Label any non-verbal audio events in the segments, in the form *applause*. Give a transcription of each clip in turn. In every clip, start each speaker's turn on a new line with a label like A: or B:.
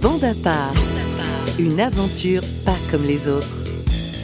A: Bande à part, une aventure pas comme les autres.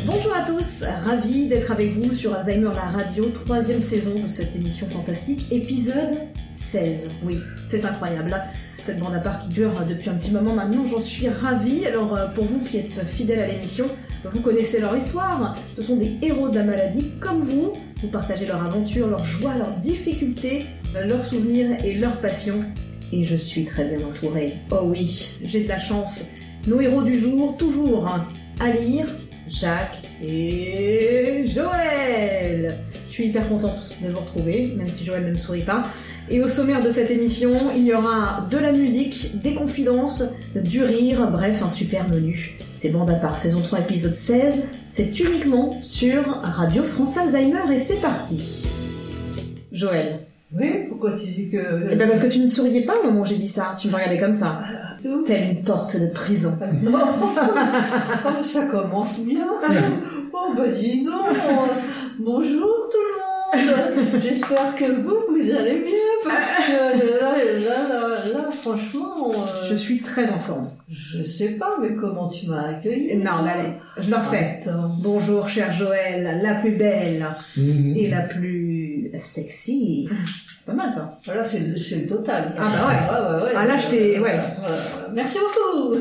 B: Bonjour à tous, ravi d'être avec vous sur Alzheimer la radio, troisième saison de cette émission fantastique, épisode 16. Oui, c'est incroyable. hein. Cette bande à part qui dure euh, depuis un petit moment maintenant, j'en suis ravie. Alors euh, pour vous qui êtes fidèles à l'émission, vous connaissez leur histoire. Ce sont des héros de la maladie comme vous. Vous partagez leur aventure, leur joie, leurs difficultés, euh, leurs souvenirs et leurs passions. Et je suis très bien entourée. Oh oui, j'ai de la chance. Nos héros du jour, toujours hein, à lire, Jacques et Joël. Je suis hyper contente de vous retrouver, même si Joël ne me sourit pas. Et au sommaire de cette émission, il y aura de la musique, des confidences, du rire, bref, un super menu. C'est Bande à part, saison 3, épisode 16. C'est uniquement sur Radio France Alzheimer et c'est parti. Joël.
C: Oui, pourquoi tu dis que...
B: Eh ben parce que tu ne souriais pas au moment où j'ai dit ça. Tu me regardais comme ça.
C: Tout.
B: Telle une porte de prison.
C: Non, ça
B: *laughs*
C: commence bien. Oh bah dis donc. Bonjour tout le monde. J'espère que vous, vous allez bien parce que là, là, là, là, franchement, euh,
B: Je suis très en forme.
C: je sais pas, mais comment tu m'as accueilli
B: Non, là, allez, je le refais.
C: Attends.
B: Bonjour, chère Joël, la plus belle
D: Mhm.
B: et la plus sexy. Pas mal ça.
C: Voilà, c'est le, c'est le total.
B: Ah bah ouais.
C: ouais, ouais.
B: Ah là, je t'ai- ouais.
C: Voilà. Merci beaucoup.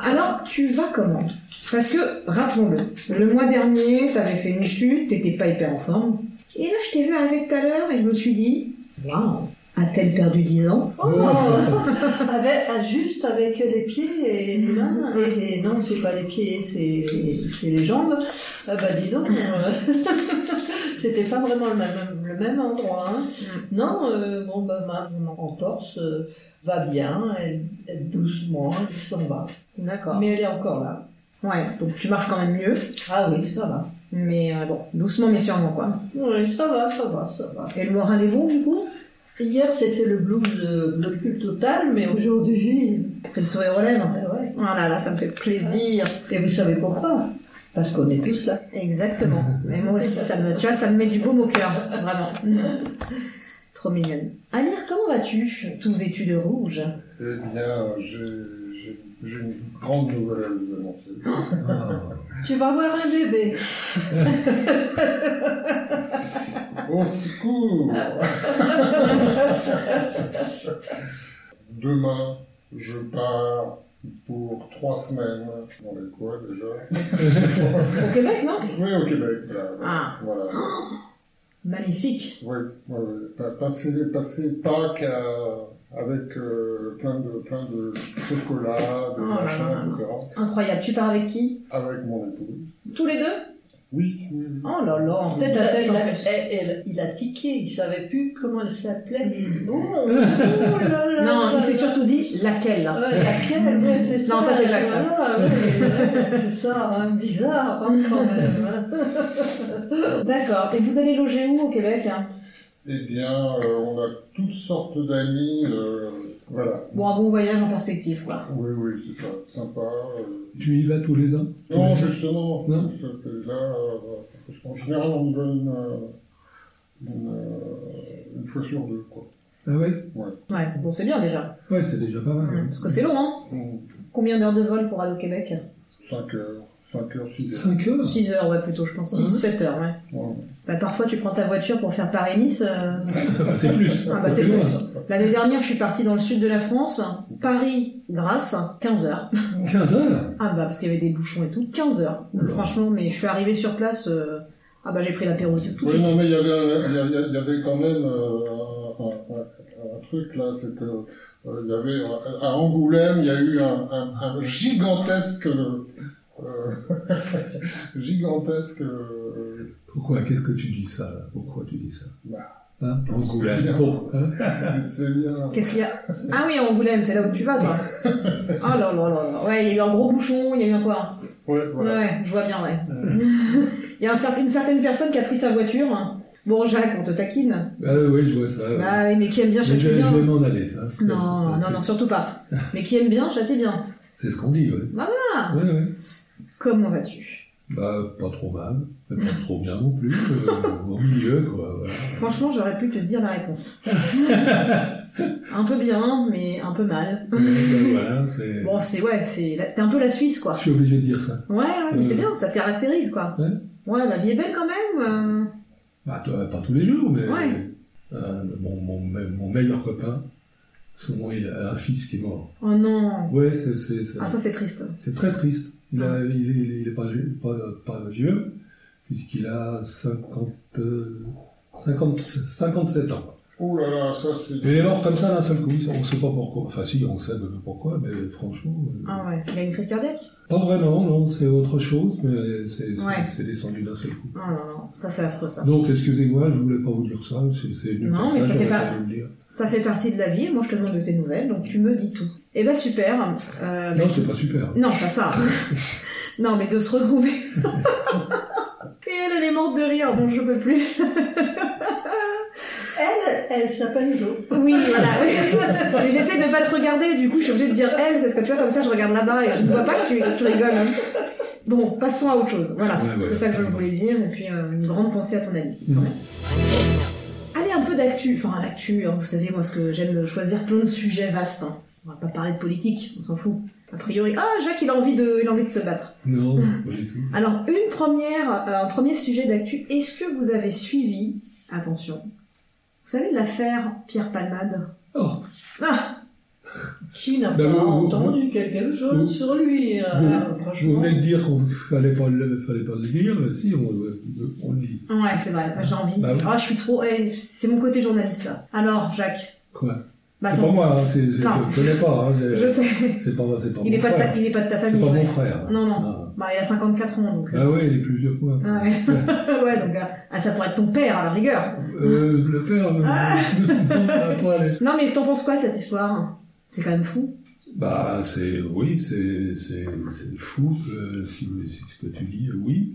B: Alors, tu vas comment Parce que, rappelons-le, le mois dernier, t'avais fait une chute, t'étais pas hyper en forme. Et là, je t'ai vu arriver tout à l'heure et je me suis dit, waouh, a-t-elle perdu 10 ans
C: Oh *laughs* avec, ah, juste avec les pieds et les mains. Et les- non, c'est pas les pieds, c'est c'est les jambes. Ah bah dis donc, euh, *laughs* c'était pas vraiment le même, le même endroit. hein. Non, euh, bon bah ma mon entorse euh, va bien, elle, elle doucement, hein, elle s'en va.
B: D'accord.
C: Mais elle est encore là.
B: Ouais, donc tu marches quand même mieux,
C: Ah oui, ça va.
B: mais euh, bon, doucement mais sûrement quoi.
C: Oui, ça va, ça va, ça va.
B: Et le moral est bon du coup
C: Hier c'était le blues euh, le plus total, mais aujourd'hui,
B: C'est le sourire aux lèvres.
C: bah ouais.
B: Voilà, Oh là, ça me fait plaisir.
C: Et vous savez pourquoi Parce qu'on est tous là.
B: Exactement. Et moi aussi, ça me, tu vois, ça me met du baume au cœur, vraiment. *laughs* Trop mignonne. Alire, comment vas-tu Tout vêtu de rouge.
E: Eh bien, je- je- j'ai une grande nouvelle à vous annoncer.
C: Tu vas avoir un bébé.
E: Au secours Demain, je pars pour trois semaines. On est quoi déjà
B: Au Québec, non
E: Oui, au Québec. Voilà.
B: Ah.
E: Voilà.
B: Magnifique.
E: Oui, oui, oui. Pa- Passer, passer Pâques à- avec euh, plein, de, plein de chocolat,
B: Oh
E: de
B: là
E: machin,
B: là.
E: etc.
B: Incroyable. Tu pars avec qui
E: Avec mon épouse.
B: Tous les deux
E: Oui, oui, oui.
B: Oh là là, en tête à tête.
C: il,
B: en
C: a,
B: plus.
C: eh, eh, il a tiqué, il savait plus comment elle s'appelait. Oh,
B: Non, il s'est surtout dit laquelle.
C: Ouais, laquelle Ouais, c'est ça.
B: Non, ça, c'est
C: je-
B: Jacques, ça.
C: voilà, ouais, ouais, c'est ça, hein, bizarre hein, quand même.
B: *laughs*
C: hein.
B: D'accord. Et vous allez loger où au Québec hein
E: Eh bien, euh, on a toutes sortes d'amis. euh, voilà.
B: Bon, un bon voyage en perspective, quoi.
E: Oui, oui, c'est ça. Sympa. euh.
D: Tu y vas tous les ans
E: Non, justement,
D: Non.
E: parce que là, euh, parce qu'en général, on me donne euh, une, euh, une fois sur deux, quoi.
D: Ah ouais
B: Ouais, bon, c'est bien déjà.
D: Ouais, c'est déjà pas mal.
B: Hum, Parce que c'est long, hein Combien d'heures de vol pour aller au Québec
E: 5 heures, 5 heures, 6 heures.
D: 5 heures
B: 6 heures, ouais, plutôt, je pense. 6, 7 heures, ouais.
E: Ouais.
B: Bah, parfois, tu prends ta voiture pour faire Paris-Nice. euh,
D: Ah bah, C'est plus.
B: Ah bah,
D: Ça
B: c'est
D: fait loin.
B: plus. L'année dernière, je suis partie dans le sud de la France. Paris, Grasse, 15 heures.
D: 15 heures
B: Ah bah, parce qu'il y avait des bouchons et tout. 15 heures. Donc,
D: Alors.
B: franchement, mais je suis arrivée sur place. euh, Ah bah, j'ai pris l'apéro tout de
E: Oui,
B: suite.
E: non, mais il y avait, un- il y avait- il y avait quand même euh, un, un- un truc là, c'est que euh, il y avait euh, à Angoulême, il y a eu un, un- un gigantesque, euh, euh, *laughs* gigantesque. euh,
D: Pourquoi Qu'est-ce que tu dis ça là Pourquoi tu dis ça
E: Bah,
D: Hein
E: c'est
D: Angoulême.
E: bien.
D: Bon, hein
E: c'est bien.
B: Qu'est-ce qu'il y a Ah oui, à Angoulême, c'est là où tu vas,
D: *laughs*
B: toi. Ah là là là là. Ouais, il y a eu un gros bouchon, il y a eu un quoi
E: Ouais, voilà.
B: Ouais, je vois bien, ouais. *laughs* Il y a un certain- une certaine personne qui a pris sa voiture. Bon, Jacques, on te taquine.
D: Ah oui, je vois ça. ouais.
B: Bah oui, mais qui aime bien,
D: Mais je,
B: châtie
D: je
B: bien.
D: vais m'en aller. hein, parce que
B: Non,
D: c'est-
B: non, non, surtout pas. Mais qui aime bien, châtie bien.
D: C'est ce qu'on dit, ouais.
B: Bah
D: Ouais, ouais.
B: Comment vas-tu
D: Bah, pas trop mal. mais Pas trop bien non plus. euh, au milieu, quoi. Voilà. *laughs*
B: Franchement, j'aurais pu te dire la réponse. Un peu bien, mais un peu mal.
D: Mais, ben, voilà, c'est.
B: Bon, c'est ouais, c'est la- t'es un peu la Suisse, quoi.
D: Je suis obligé de dire ça.
B: Ouais, ouais, mais c'est
D: Euh.
B: bien, ça te caractérise, quoi.
D: Ouais.
B: Ouais, la vie est belle quand même. euh.
D: Bah, toi, pas tous les jours, mais.
B: Ouais.
D: euh, mon, mon, me- mon meilleur copain, souvent, il a un fils qui est mort.
B: euh. Oh non.
D: Ouais, c'est. c'est- c'est-
B: Ah, ça, Ah. c'est triste.
D: C'est très triste. Il a- il est- il est pas, vieux- pas, pas vieux, puisqu'il a 50, euh, 50, 57 ans.
E: Ouh là là, ça c'est.
D: Et il est mort comme ça d'un seul coup, on ne sait pas pourquoi. Enfin si, on sait pourquoi, mais franchement... euh,
B: Ah ouais. Il a une crise cardiaque
D: Pas vraiment, non, c'est autre chose, mais c'est c'est-
B: Ouais.
D: c'est descendu d'un seul coup.
B: Oh non, non. Ça, c'est affreux, ça.
D: Donc, excusez-moi, je voulais pas vous dire ça, c'est- c'est venu
B: Non,
D: comme
B: mais ça fait
D: j'aurais
B: pas-
D: dû le dire.
B: Ça fait partie de la vie, moi je te demande de tes nouvelles, donc tu me dis tout. Eh ben super. Euh,
D: Non,
B: mais-
D: c'est pas super.
B: non, pas ça. *laughs* non, mais de se retrouver. *laughs* Et elle, elle est morte de rire, bon je peux plus.
C: Elle, elle s'appelle Jo.
B: Oui, voilà. Mais J'essaie de pas te regarder, du coup je suis obligée de dire elle, parce que tu vois, comme ça je regarde là-bas et je ne vois pas que tu, tu rigoles. hein. Bon, passons à autre chose. Voilà,
D: Ouais, ouais,
B: c'est ça que je
D: absolument.
B: voulais dire, et puis euh, une grande pensée à ton ami. quand
D: Mhm.
B: même. Allez, un peu d'actu. Enfin, l'actu, hein, vous savez, moi, ce que j'aime choisir plein de sujets vastes. hein. On va pas parler de politique, on s'en fout. A priori, ah, Jacques, il a envie de, il a envie de se battre. *laughs*
D: Non, pas du tout.
B: Alors, une première, euh, un premier sujet d'actu. Est-ce que vous avez suivi, attention, vous savez l'affaire Pierre Palmade
D: Oh,
B: Ah,
C: Qui n'a
D: Ben,
C: pas
D: vous- vous-
C: entendu quelque chose
D: vous-
C: sur lui euh,
D: vous- vous
C: Franchement.
D: voulez dire qu'on fallait pas le, fallait pas le dire, mais si, on, on le dit.
B: ouais, c'est vrai, j'ai envie.
D: Bah oui.
B: Ah, je suis trop, eh, c'est mon côté journaliste là. Alors, Jacques,
D: Quoi
B: bah,
D: c'est
B: attends,
D: pas moi, hein, c'est- je
B: Non.
D: ne connais pas. hein, j'ai-
B: je sais,
D: C'est pas, c'est pas
B: il
D: mon
B: est pas, de ta,
D: frère.
B: il est pas de ta
D: C'est
B: famille.
D: pas mon
B: ouais.
D: frère.
B: Non, non.
D: Ah,
B: Bah, il a 54 ans donc.
D: Ah ouais, il est plus vieux que moi.
B: Ouais.
D: Hein
B: *laughs* ouais, donc euh, ah, ça pourrait être ton père à la rigueur.
D: Euh, le père, non,
B: Ah.
D: non, *laughs* ça va pas aller.
B: Non, mais t'en penses quoi cette histoire C'est quand même fou.
D: Bah, c'est, oui, c'est, c'est, c'est fou, euh, si, si ce que tu dis, euh, oui.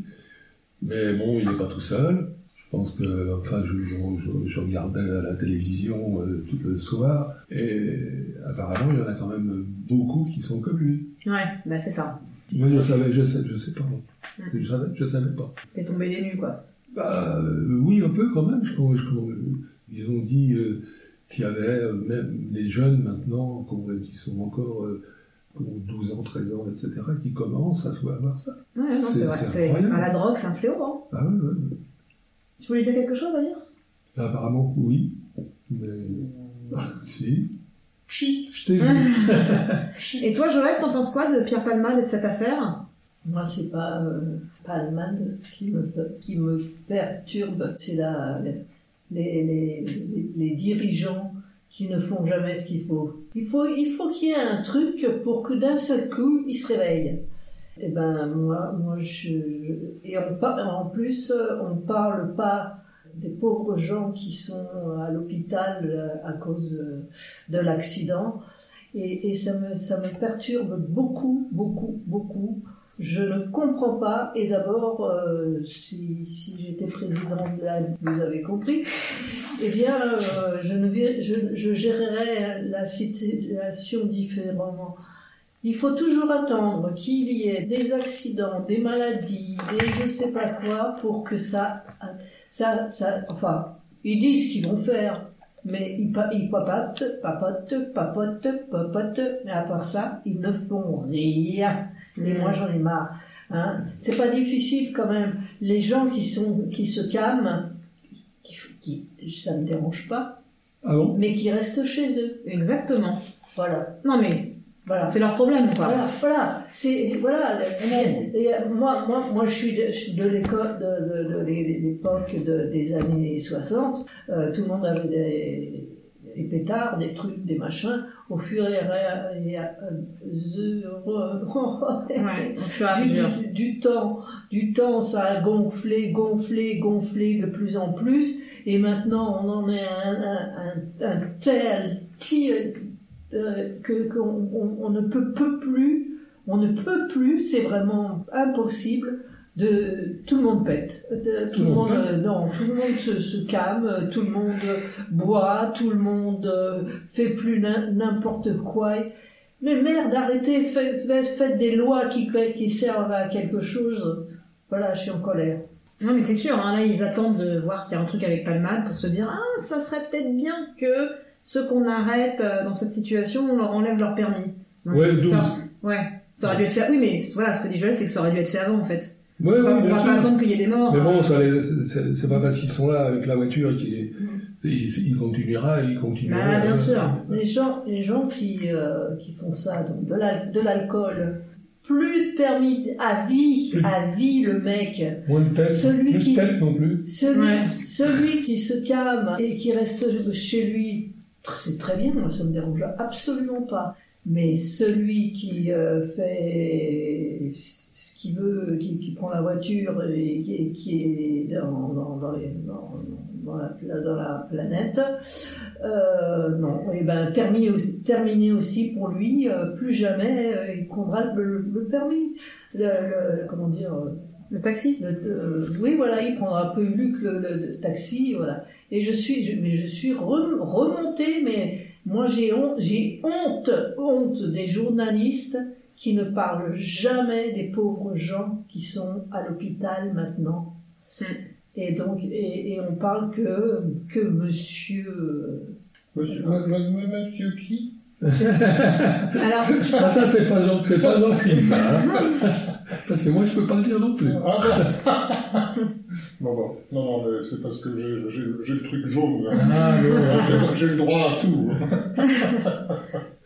D: Mais bon, il n'est pas tout seul. Je pense que, enfin, je, je, je- je regardais à la télévision euh, tout le soir, et apparemment, il y en a quand même beaucoup qui sont comme lui.
B: Ouais, bah c'est ça.
D: Moi, je savais, je sais, je sais pas. moi. Je savais, je savais pas.
B: T'es tombé des nues quoi.
D: Bah, euh, oui, un peu quand même. Je crois- je crois- ils ont dit euh, qu'il y avait euh, même les jeunes maintenant qu'on- qui sont encore euh, qui ont 12 ans, 13 ans, etc., qui commencent à se avoir ça.
B: Ouais, non, c'est
D: C'est-
B: vrai.
D: c'est
B: C'est
D: incroyable.
B: bah, la drogue, c'est un fléau. Hein.
D: Ah, ouais, ouais, ouais.
B: Tu voulais dire quelque chose à dire
D: Apparemment, oui. Mais
B: Mm.
D: *laughs* si.
E: Chi.
D: Je t'ai
B: *laughs*
D: vu.
B: Et toi, Joël, t'en penses quoi de Pierre Palmade et de cette affaire
C: Moi, c'est pas euh, Palman qui me, qui me perturbe, c'est la, les, les, les- les dirigeants qui ne font jamais ce qu'il faut. Il faut il faut qu'il y ait un truc pour que d'un seul coup, ils se réveillent. Et ben moi, moi je, je- et on par- en plus, euh, on parle pas des pauvres gens qui sont à l'hôpital euh, à cause euh, de l'accident. Et, et ça, me, ça me perturbe beaucoup, beaucoup, beaucoup. Je ne comprends pas, et d'abord, euh, si, si j'étais président de la, vous avez compris, eh bien, euh, je, ne, vir- je, je gérerais la situation différemment. Il faut toujours attendre qu'il y ait des accidents, des maladies, des je sais pas quoi, pour que ça, ça, ça, enfin, ils disent qu'ils vont faire, mais ils, pa- ils papotent, papotent, papotent, papotent, mais à part ça, ils ne font rien. Mais
B: Mm.
C: moi, j'en ai marre. Hein. C'est pas difficile quand même. Les gens qui sont, qui se calment, qui, qui- ça me dérange pas,
D: Ah bon
C: mais qui restent chez eux.
B: Exactement.
C: Voilà,
B: Non mais
C: voilà.
B: c'est leur problème quoi.
C: Voilà, voilà, c'est c'est- voilà.
B: Mm.
C: Et euh, moi, moi, moi, je suis de, je suis de l'école de, de- de l'é- l'époque de- des années 60. Euh, tout le monde avait des, des pétards, des trucs, des machins. Au fur et à et à-
B: *laughs*
C: *laughs* euh,
B: Ouais, on fur et à
C: du,
B: mesure.
C: du- du temps, du temps, ça a gonflé, gonflé, gonflé de plus en plus, et maintenant on en est à un, un- un- un tel tir euh, que qu'on on- on ne peut, peut plus, on ne peut plus, c'est vraiment impossible. De, tout le monde pète, De- tout le monde, euh, non, tout le monde se, se calme, euh, tout le monde euh, boit, tout le monde euh, fait plus n'im- n'importe quoi. Mais merde, arrêtez, faites, faites- faites des lois qui, qui servent à quelque chose. Voilà, je suis en colère.
B: Non mais c'est sûr, hein, là ils attendent de voir qu'il y a un truc avec Palmade pour se dire ah ça serait peut-être bien que ceux qu'on arrête euh, dans cette situation, on leur enlève leur permis. Donc,
D: Ouais,
B: c'est
D: 12.
B: Ça, ouais. Ça aurait dû être fait. Oui, mais voilà, ce que dit Joël, c'est que ça aurait dû être fait avant, en fait.
D: Ouais,
B: On
D: ouais,
B: va
D: bien
B: pas
D: sûr.
B: attendre qu'il y ait des morts. euh,
D: Mais bon, ça les- c'est- c'est c'est pas parce qu'ils sont là avec la voiture qu'ils ils, ils continuera, ils continueront.
B: Mm. Bah, bien sûr.
C: Les gens, les gens qui, euh, qui font ça, donc de l'al- de l'alcool, plus de permis à vie,
D: Plus.
C: à vie le mec.
D: Moins de tête,
C: Celui
D: plus
C: qui-
D: de tête non plus.
C: Celui,
B: Ouais.
C: celui qui se calme et qui reste chez lui, c'est très bien, moi, ça me dérange absolument pas. Mais celui qui euh, fait ce qu'il veut, qui, qui prend la voiture et qui, est- qui est dans, dans- dans les- dans- dans la, pla- dans la planète, euh, non, et ben terminé, aussi- terminé aussi pour lui, euh, plus jamais euh, il prendra le, le permis. Le- le- comment dire euh,
B: Le taxi.
C: le- le- oui, voilà, il prendra un peu Luc le, le taxi, voilà. Et je suis, je, mais je suis re- remontée, mais moi j'ai honte, j'ai honte, honte des journalistes qui ne parlent jamais des pauvres gens qui sont à l'hôpital maintenant.
B: Mm.
C: Et donc, et, et on parle que que Monsieur. euh,
E: Monsieur, me- me- me- monsieur qui
B: Alors,
D: Ah, ça, c'est pas, gen- c'est pas gentil, ça. hein. Parce que moi, je peux pas le dire non plus.
E: Ah bah. *laughs* Non, non, non, non, mais c'est parce que j'ai- j'ai j'ai le truc
B: *laughs*
E: jaune. là.
D: Ah, le-
E: J'ai- J'ai le droit à tout.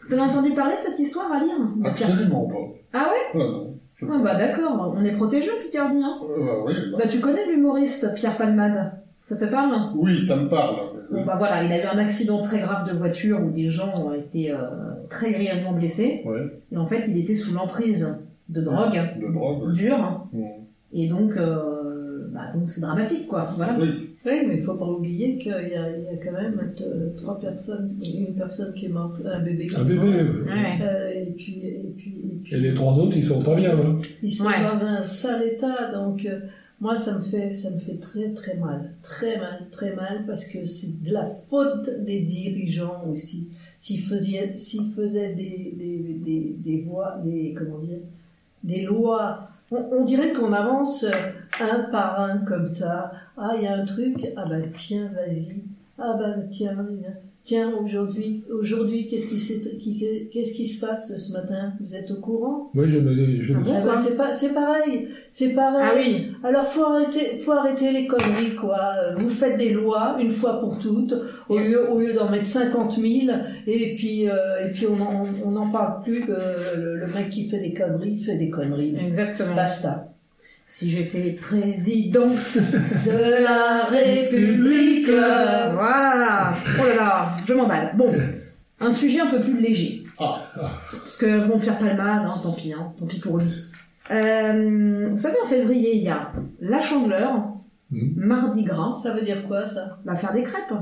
B: t'en as entendu parler de cette histoire à lire
E: Absolument pas.
B: Ah ouais
E: Ah non. je-
B: Ah bah d'accord, on est protégé en Picardie. Hein.
E: Euh, bah oui, bah.
B: Bah tu connais l'humoriste Pierre Palmade Ça te parle hein
E: Oui, ça me parle.
B: Bon bah voilà, il a eu un accident très grave de voiture où des gens ont été euh, très grièvement blessés.
E: Ouais,
B: Et en fait, il était sous l'emprise de drogue
E: de drogue.
B: dure. hein.
E: oui.
B: Et donc, euh, bah, donc c'est dramatique quoi. Voilà.
E: Oui,
C: Oui, mais il faut pas oublier qu'il y, a- il y a quand même euh, trois personnes, une personne qui est morte, un bébé. qui est
D: Un bébé.
C: mort.
D: ouais.
C: Euh, et puis, et puis, et puis.
D: Et les trois autres, ils sont pas bien. hein.
C: Ils sont
B: Ouais.
C: dans un sale état, donc euh, moi ça me fait ça me fait très très mal, très mal, très mal parce que c'est de la faute des dirigeants aussi. S'ils faisaient s'ils faisaient des des des, des voies, des comment dire, des lois. On, on dirait qu'on avance euh, un par un comme ça. Ah il y a un truc, ah ben tiens vas-y, ah ben tiens. viens. Tiens, aujourd'hui, aujourd'hui, qu'est-ce qui, s'est- qui- qu'est-ce qui se passe ce matin Vous êtes au courant
D: Oui, je me, je me-
B: Ah bon
C: ah bah, c'est pas, c'est pareil, c'est pareil.
B: Ah oui.
C: Alors faut arrêter, faut arrêter les conneries quoi. Euh, Vous faites des lois une fois pour toutes au lieu, au lieu d'en mettre 50 000 et puis euh, et puis on en, on en parle plus que le, le mec qui fait des conneries fait des conneries.
B: Exactement.
C: Basta.
B: si j'étais président
C: De la
B: République.
C: République.
B: Voilà. Oh là là, je m'emballe. Bon, un sujet un peu plus léger.
E: Ah.
B: Parce que bon, Pierre Palmade, hein, tant pis, hein, tant pis pour lui. Euh, vous savez, en février, il y a la Chandeleur,
D: Mhm.
B: Mardi Gras,
C: Ça veut dire quoi ça
B: va faire des crêpes.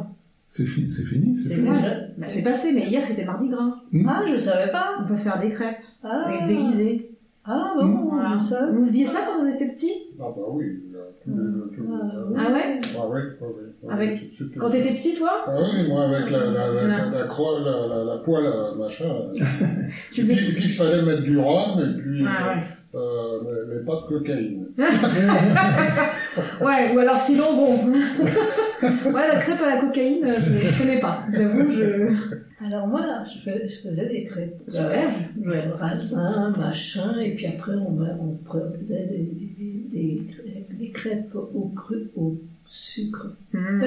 D: C'est fini, c'est fini. c'est
C: C'est
D: fini.
B: Ouais,
C: déjà-
B: c'est- bah, c'est passé, mais hier c'était Mardi Gras.
C: Ah je savais pas.
B: On peut faire des crêpes,
C: Ah,
B: et se déguiser.
C: ah bon,
B: Voilà.
C: je savais.
B: Vous faisiez Oh, ça quand vous étiez petit
E: ah bah oui. euh, tous les- tous les-
C: Ah,
E: ah
B: Ah ouais
E: oui, ah oui, oui, oui.
B: Avec-
E: C'était-
B: Quand t'étais petit, toi
E: Ah oui, moi avec la, la, la, la, la croix, la, la, la poêle, euh, machin.
B: *laughs* Tu
E: et, puis,
B: faisais-
E: et puis, il fallait mettre du rhum, et puis,
B: Ah ouais.
E: euh, mais, mais pas de cocaïne.
B: Ouais, ou alors sinon, bon. ouais, la crêpe à la cocaïne, euh, je ne connais pas. J'avoue, je.
C: Alors moi je, fais- je faisais des crêpes.
B: ouais.
C: raisin, machin, et puis après on, va- on pre- faisait des, des- des- des crêpes, des crêpes au cru, au sucre.
B: Mmh.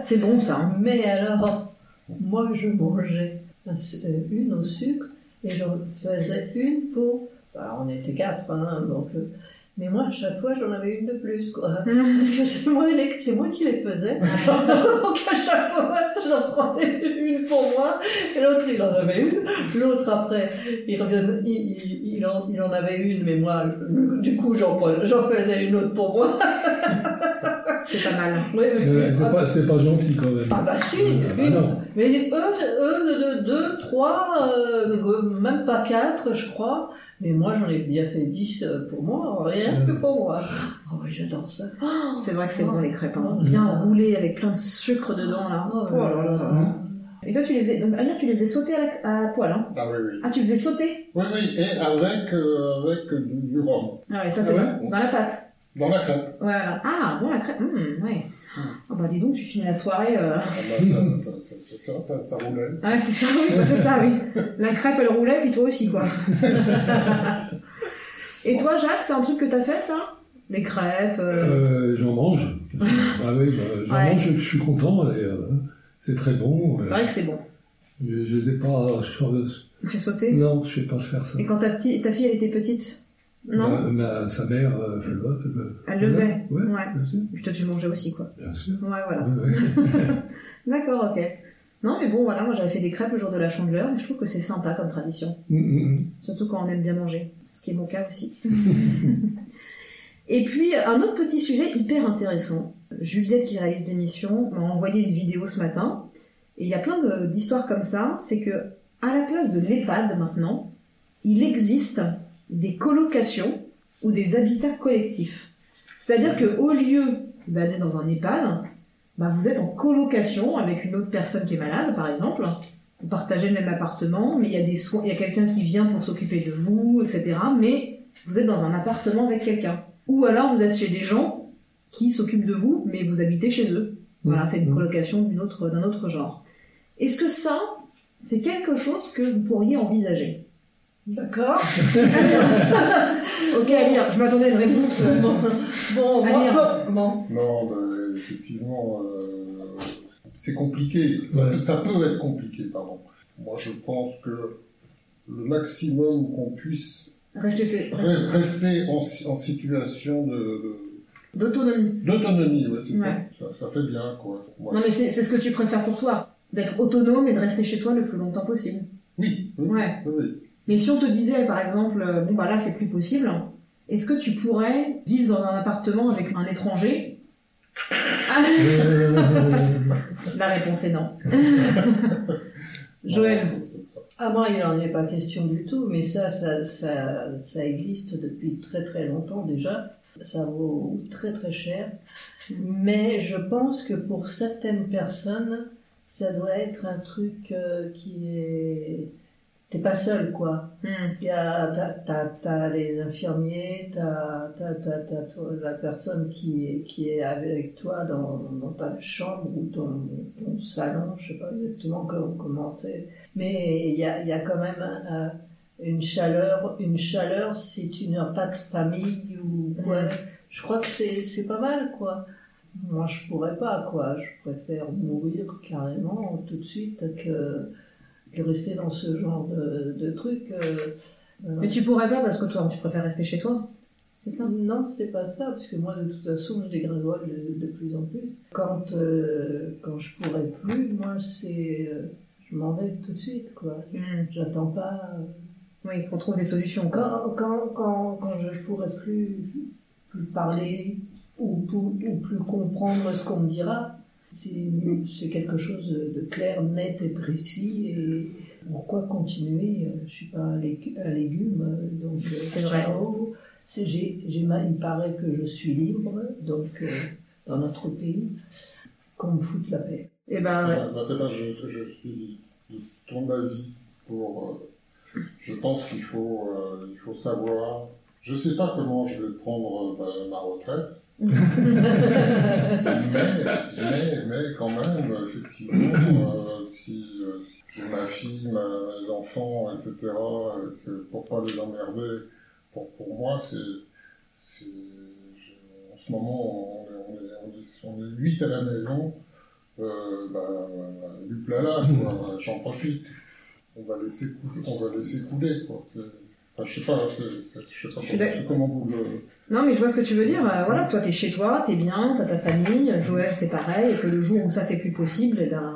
B: C'est bon ça. hein.
C: Mais alors, moi je mangeais un su- euh, une au sucre et j'en faisais une pour. bah, on était quatre, hein, donc. euh, mais moi, à chaque fois, j'en avais une de plus, quoi. Parce que c'est moi, les- c'est moi qui les faisais. Donc à chaque fois, j'en prenais une pour moi, et l'autre, il en avait une. L'autre, après, il, revenait- il, il- il en, il en avait une, mais moi, je- du coup, j'en prenais- j'en faisais une autre pour moi.
B: C'est pas mal.
C: Oui, oui,
D: Euh,
C: oui.
D: c'est pas, c'est pas gentil quand même.
C: Ah bah si,
D: Ah bah
C: une.
D: non.
C: Mais eux, eux de 2, 3, euh, même pas 4, je crois. Mais moi, j'en ai bien fait 10 pour moi, rien que pour moi. Oh oui, j'adore ça.
B: C'est vrai que c'est bon les crêpes. hein. Bien roulées avec plein de sucre dedans là.
C: Oh
B: Oh là là.
D: Hein.
B: Et toi, tu les faisais. Donc, Amir, tu les faisais sauter à la, à la poêle. Hein.
E: Ah oui, oui.
B: Ah, tu faisais sauter
E: Oui, oui, et avec, euh, avec du, du rhum.
B: Ah ouais, ça c'est
D: Ah ouais
B: bon. Dans la pâte.
E: Dans la crêpe.
B: Voilà. Ah, dans la crêpe. Hum, ouais. Ah bah dis donc, tu finis la soirée. euh,
E: Ah bah, ça, ça, ça, ça, ça, ça roulait.
B: Ouais, c'est ça, oui, bah, c'est ça, oui. La crêpe, elle roulait, puis toi aussi,
D: *laughs*
B: quoi. Et toi, Jacques, c'est un truc que t'as fait, ça Les crêpes. euh,
D: Euh, j'en
B: *laughs*
D: mange. ah oui, bah, j'en
B: Ouais.
D: mange, je suis content. et, euh, c'est très bon.
B: C'est
D: euh,
B: vrai que c'est bon.
D: je, je les ai pas. euh,
B: Tu
D: je-
B: fais sauter.
D: non, je sais pas faire ça.
B: Et quand ta, petite- ta fille, elle était petite Non
D: Ma- ma- sa mère, euh, fait le- fait le-
B: Elle le faisait Ah.
D: Ouais,
B: Ouais.
D: bien sûr.
B: Puis toi, tu mangeais aussi, quoi.
D: Bien sûr.
B: Ouais, voilà.
D: Ouais, ouais.
B: D'accord, ok. Non, mais bon, voilà, moi j'avais fait des crêpes le jour de la chandeleur, et je trouve que c'est sympa comme tradition.
D: Mm, mm, mm.
B: Surtout quand on aime bien manger, ce qui est mon cas aussi. et puis, un autre petit sujet hyper intéressant. Juliette, qui réalise l'émission, m'a envoyé une vidéo ce matin. Et il y a plein de- d'histoires comme ça. C'est que, à la place de l'EHPAD maintenant, il existe des colocations ou des habitats collectifs. C'est-à-dire que au lieu d'aller dans un EHPAD, bah, vous êtes en colocation avec une autre personne qui est malade, par exemple. Vous partagez le même appartement, mais il y a des soins, il y a quelqu'un qui vient pour s'occuper de vous, etc. Mais vous êtes dans un appartement avec quelqu'un. Ou alors vous êtes chez des gens qui s'occupent de vous, mais vous habitez chez eux. Voilà, c'est une colocation d'une autre- d'un autre genre. Est-ce que ça, c'est quelque chose que vous pourriez envisager
C: D'accord.
B: *laughs* Ok, Alia, je m'attendais à une réponse. euh,
C: bon, bon,
B: Allez, hein.
C: moi, bon.
E: Non, ben, effectivement, euh, c'est compliqué. Ça,
D: Ouais.
E: ça peut être compliqué, pardon. Moi, je pense que le maximum qu'on puisse
B: Restez, c'est-
E: re- rester en, si- en situation de- de-
B: D'autonomie.
E: d'autonomie, ouais, c'est
B: Ouais.
E: ça. ça. ça fait bien, quoi. Ouais.
B: Non, mais c'est c'est ce que tu préfères pour toi. D'être autonome et de rester chez toi le plus longtemps possible.
E: Oui, oui,
B: Ouais.
E: oui, oui.
B: Mais si on te disait, par exemple, euh, bon bah là c'est plus possible, est-ce que tu pourrais vivre dans un appartement avec un étranger Ah,
D: Euh,
B: La réponse est non. Joël,
C: Ah, moi, il n'en est pas question du tout, mais ça, ça, ça, ça existe depuis très très longtemps déjà. Ça vaut très très cher. Mais je pense que pour certaines personnes, ça doit être un truc euh, qui est. T'es pas seul, quoi.
B: Hmm,
C: Il y a- T'as t'as- t'as les infirmiers, t'as t'as- t'as- t'as to- la personne qui est, qui est avec toi dans, dans ta chambre ou ton, ton salon, je sais pas exactement co- comment c'est. Mais il y a, il y a quand même un- un- une chaleur, une chaleur si tu n'as pas de famille ou quoi.
B: Mm.
C: Je crois que c'est c'est pas mal, quoi. Moi, je pourrais pas, quoi. Je préfère mourir carrément tout de suite que, que rester dans ce genre de, de truc. euh, euh,
B: mais tu pourrais pas parce que toi tu préfères rester chez toi. C'est ça
C: non, c'est pas ça, parce que moi, de toute façon, je dégringole de, de plus en plus. Quand, euh, quand je pourrais plus, moi, c'est. euh, je m'en vais tout de suite, quoi.
B: Hmm,
C: J'attends pas. euh,
B: Oui, qu'on trouve des solutions. Quoi.
C: Quand, quand, quand, quand je pourrais plus, plus parler ou, pou- ou plus comprendre ce qu'on me dira, c'est c'est quelque chose de clair, net et précis. Et pourquoi continuer euh, Je suis pas un, lég- un légume, euh, donc euh,
B: C'est vrai.
C: ciao. C'est- j'ai- j'ai ma- Il paraît que je suis libre, donc euh, dans notre pays, qu'on me foute la paix.
B: Et ben ouais.
E: Ouais, bah, c'est pas- je, je suis de ton avis pour. euh, je pense qu'il faut, euh, il faut savoir. Je sais pas comment je vais prendre euh, ma- ma retraite. mais, mais, mais quand même, effectivement, euh, si euh, j'ai ma fille, ma- mes enfants, etc., euh, que pour pas les emmerder, pour, pour moi, c'est. c'est- je- En ce moment, on est, on est- on est- on est huit à la maison, euh, bah, du plala, quoi, Bah, j'en profite. On va laisser couler, on va laisser couler quoi. C'est- Enfin, je sais pas, c'est- c'est- je sais pas
B: Je suis
E: comment, comment vous le.
B: Non, mais je vois ce que tu veux dire. Euh, Voilà, toi, t'es chez toi, t'es bien, t'as ta famille. Joël, c'est pareil. Et que le jour où ça, c'est plus possible, eh ben,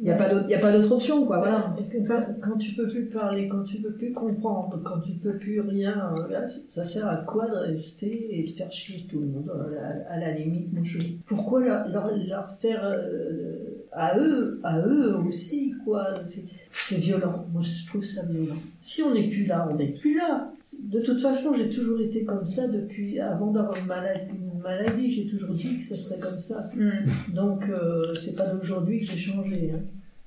B: il n'y a pas d'autre- y a pas d'autre option, quoi. Voilà.
C: Et que ça, quand tu peux plus parler, quand tu peux plus comprendre, quand tu peux plus rien, euh, là, ça sert à quoi de rester et de faire chier tout le monde euh, à, à la limite moi, je- Pourquoi leur, leur- leur faire euh, à eux, à eux aussi quoi C'est- C'est violent. Moi, je trouve ça violent. Si on n'est plus là, on n'est plus là. De toute façon, j'ai toujours été comme ça depuis avant d'avoir une maladie. Une maladie, j'ai toujours dit que ça serait comme ça.
B: Hmm.
C: Donc, euh, c'est pas d'aujourd'hui que j'ai changé. hein.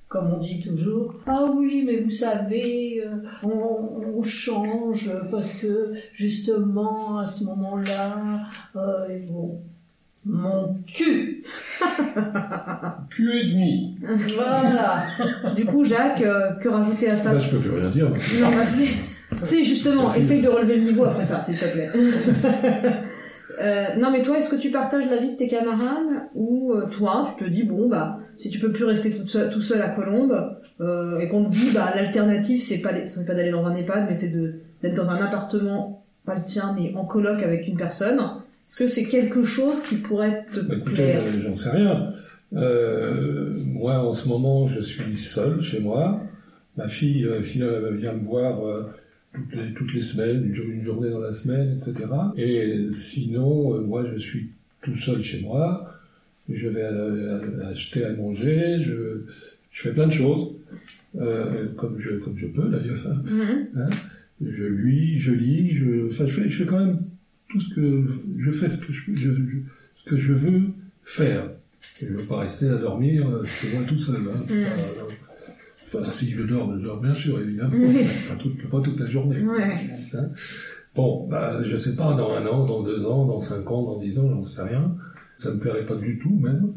C: comme on dit toujours, ah oui, mais vous savez, euh, on, on change parce que justement à ce moment-là, euh, bon, mon cul.
E: Cul et demi.
C: Voilà.
B: Du coup, Jacques, euh, que rajouter à ça
D: Là, je peux plus rien dire.
B: Non, bah, *laughs* c'est... c'est justement,
D: Merci.
B: essaye de relever le niveau après ça, s'il te plaît. *laughs* Euh, non, mais toi, est-ce que tu partages l'avis de tes camarades ou euh, toi, tu te dis, bon, bah, si tu peux plus rester toute seule- tout seul à Colombe euh, et qu'on te dit, bah, l'alternative, c'est pas, les- ce n'est pas d'aller dans un EHPAD, mais c'est de- d'être dans un appartement, pas le tien, mais en coloc avec une personne, est-ce que c'est quelque chose qui pourrait te
D: Bah, écoutez,
B: plaire
D: euh, j'en sais rien. Euh, moi, en ce moment, je suis seul chez moi. Ma fille euh, fi- euh, vient me voir euh, toutes, les, toutes les semaines, une, jour- une journée dans la semaine, etc. Et sinon, euh, moi, je suis tout seul chez moi. Je vais euh, acheter à manger. Je, je fais plein de choses, euh, comme, je, comme je peux d'ailleurs.
B: Mhm.
D: je lis, je lis, je, enfin, je, fais, je fais quand même tout ce que je fais, ce que je, je- je- ce que je veux faire. Et je ne veux pas rester à dormir euh, chez moi tout seul. hein. C'est
B: Mm.
D: pas- Enfin, si je dors, je dors bien sûr, évidemment.
B: Mm.
D: Pas, toute, pas toute la journée.
B: Ouais.
D: Hein. Bon, bah, je sais pas, dans un an, dans deux ans, dans cinq ans, dans dix ans, j'en sais rien. Ça ne me plairait pas du tout, même,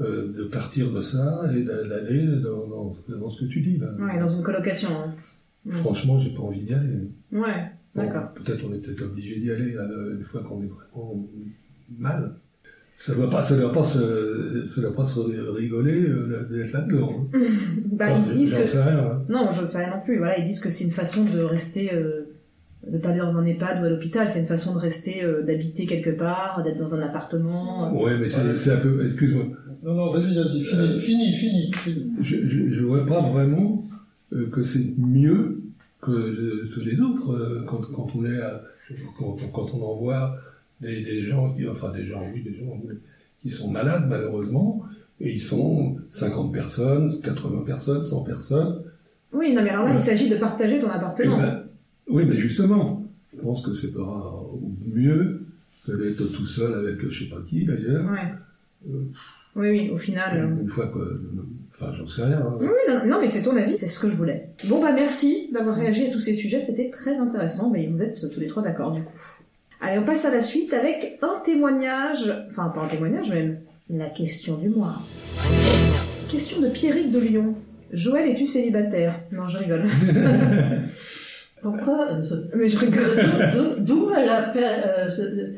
D: euh, de partir de ça et d'a- d'aller dans, dans- dans ce que tu dis. Là.
B: Ouais, dans une colocation. hein. Mhm.
D: Franchement, j'ai pas envie d'y aller.
B: Ouais,
D: Bon,
B: d'accord.
D: Peut-être on est peut-être obligé d'y aller euh, une fois qu'on est vraiment mal. Ça ne doit pas, ça doit pas se, ça doit pas se rigoler euh, d'être là-dedans. hein.
B: Bah,
D: Enfin,
B: ils disent
D: j'en
B: que
D: sais rien, hein.
B: Non, je ne sais rien non plus. Voilà, ils disent que c'est une façon de rester, euh, de pas aller dans un EHPAD ou à l'hôpital. C'est une façon de rester, euh, d'habiter quelque part, d'être dans un appartement.
D: hein. Ouais, mais c'est c'est un peu. Excuse-moi.
E: Non, non, vas-y, vas-y, fini, fini, fini, fini.
D: Je ne vois pas vraiment euh, que c'est mieux que euh, que les autres euh, quand, quand on est à- quand, quand on en voit des, des gens qui enfin des gens oui des gens oui, qui sont malades malheureusement et ils sont 50 personnes 80 personnes 100 personnes
B: Oui, non, mais alors là, il s'agit de partager ton
D: Eh
B: appartement.
D: ben, oui mais justement je pense que c'est pas mieux que d'être tout seul avec euh, je sais pas qui d'ailleurs
B: Ouais.
D: Euh,
B: Oui, oui, au final. euh,
D: une fois que enfin j'en sais rien hein.
B: *laughs* Oui, non, non, mais c'est ton avis, c'est ce que je voulais. Bon, bah merci d'avoir réagi à tous ces sujets, c'était très intéressant, mais vous êtes tous les trois d'accord du coup. Allez, on passe à la suite avec un témoignage, enfin pas un témoignage même, la question du mois. Question de Pierrick de Lyon. Joël, es-tu célibataire Non, je rigole.
C: Pourquoi euh,
B: Mais je rigole.
C: D'où- D'où elle a. euh, ce-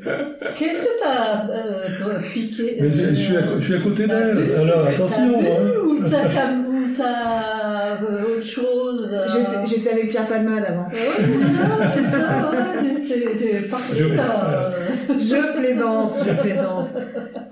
C: Qu'est-ce que t'as euh, toi, piqué
D: Mais je, je suis à, je suis à côté d'elle, alors attention.
C: T'as
D: hein.
C: bu ou t'as t'as- ou t'as, euh, autre chose euh,
B: J'étais- J'étais avec Pierre Palmade avant.
C: Ouais, voilà, c'est ça, ouais, t'es- t'es- t'es parti euh,
D: Je-
C: là.
B: Je plaisante, je plaisante.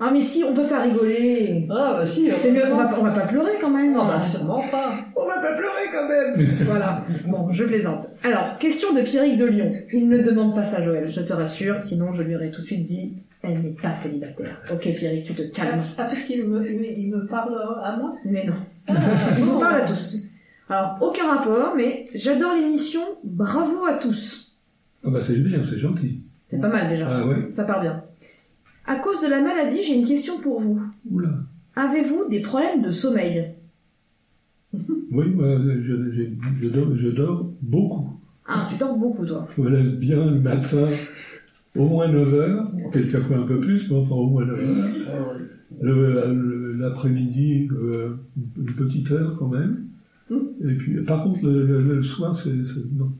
B: Ah mais si, on peut pas
C: *laughs*
B: rigoler.
C: Ah, bah si.
B: C'est mieux, on va, on va pas pleurer quand même.
C: Non, bah, sûrement pas.
B: On va pas pleurer quand même *laughs* Voilà, bon, je plaisante. Alors, question de Pierrick de Lyon. Il ne demande pas ça, Joël, je te rassure, sinon je lui aurais tout de suite dit elle n'est pas célibataire. Ok, Pierrick, tu te calmes.
C: Ah, parce qu'il me, il me- il me parle à moi.
B: Mais non.
C: Ah,
B: Il vous
C: bon.
B: parle à tous. Alors, aucun rapport, mais j'adore l'émission, bravo à tous.
D: Ah bah c'est bien, c'est gentil.
B: C'est pas mal déjà,
D: Ah ouais,
B: ça part bien. À cause de la maladie, j'ai une question pour vous.
D: oula.
B: Avez-vous des problèmes de sommeil
D: Oui, moi, je, je- je dors, je dors beaucoup.
B: Ah, tu dors beaucoup, toi.
D: Je me lève bien le matin, au moins 9 heures, quelquefois un peu plus, mais enfin au moins 9 heures.
E: Ouais, ouais.
D: Le- le- L'après-midi, euh, une petite heure quand même. Et puis, par contre, le, le- le soir, c'est c'est- non,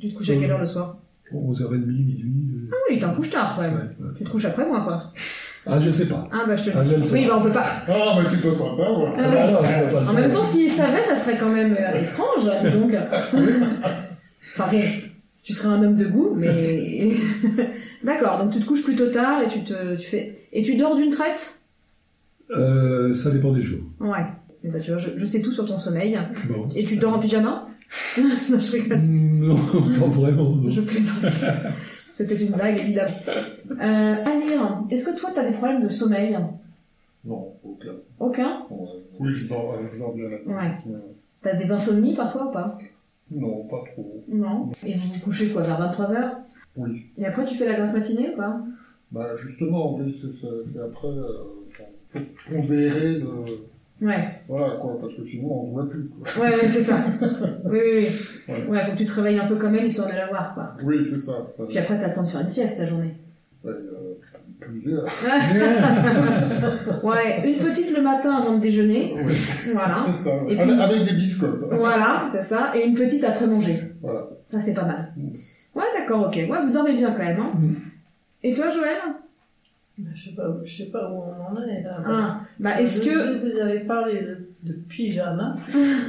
B: Tu te couches à quelle heure le soir
D: 11h30, minuit. euh,
B: Oui, t'en couches tard, quand même.
D: ouais, ouais.
B: Tu te couches après moi, quoi.
D: Ah, je sais pas.
B: Ah, bah, je te
D: Ah, je le
B: le dis.
D: sais.
B: Oui, bah, on peut pas.
E: Ah, mais tu peux pas savoir.
D: Ah bah alors, je vois pas le
B: En même
D: sens.
B: temps, s'il savait, ça serait quand même euh, étrange, dis donc. Enfin bon, tu serais un homme de goût, mais. *laughs* D'accord, donc tu te couches plutôt tard et tu te. Tu fais... Et tu dors d'une traite
D: Euh, ça dépend des jours.
B: Ouais. Et bah, tu vois, je, je sais tout sur ton sommeil.
D: Bon.
B: Et tu dors en pyjama *laughs* Non, je rigole,
D: Non, pas vraiment. non.
B: je plaisante. C'était une blague, évidemment. Euh, Amir, est-ce que toi, t'as des problèmes de sommeil
E: Non, aucun.
B: Aucun
E: Ouais. Oui, je dors, euh, je dors bien la
B: Ouais. T'as des insomnies parfois ou pas
E: Non, pas trop.
B: Non. Et vous vous couchez quoi, vers 23h
E: Oui.
B: Et après, tu fais la grasse matinée ou pas
E: Bah, justement, oui, c'est- c'est c'est après, euh, faut pondérer le,
B: Ouais,
E: Voilà, quoi, parce que sinon, on ne voit plus, quoi.
B: ouais, ouais, c'est *laughs* ça. Oui, oui, oui.
E: Ouais.
B: Ouais, faut que tu te réveilles un peu quand même, histoire de la voir, quoi.
E: Oui, c'est ça.
B: Puis après, t'as le temps de faire une sieste la *laughs* journée.
E: Ouais, euh, plusieurs.
B: Ouais, une petite le matin avant de déjeuner.
E: Oui,
B: Voilà.
E: c'est ça.
B: Et puis-
E: Avec, avec des biscottes.
B: Voilà, c'est ça. Et une petite après manger.
E: Voilà.
B: Ça, c'est pas mal.
E: Mm.
B: Ouais, d'accord, ok. Ouais, vous dormez bien quand même, hein.
E: Mm.
B: Et toi, Joël
C: Ben, Je sais pas, où- je sais pas où on en est là.
B: Ah, Bah, est-ce que.
C: Vous vous avez parlé de, de
B: *laughs*
C: pyjama,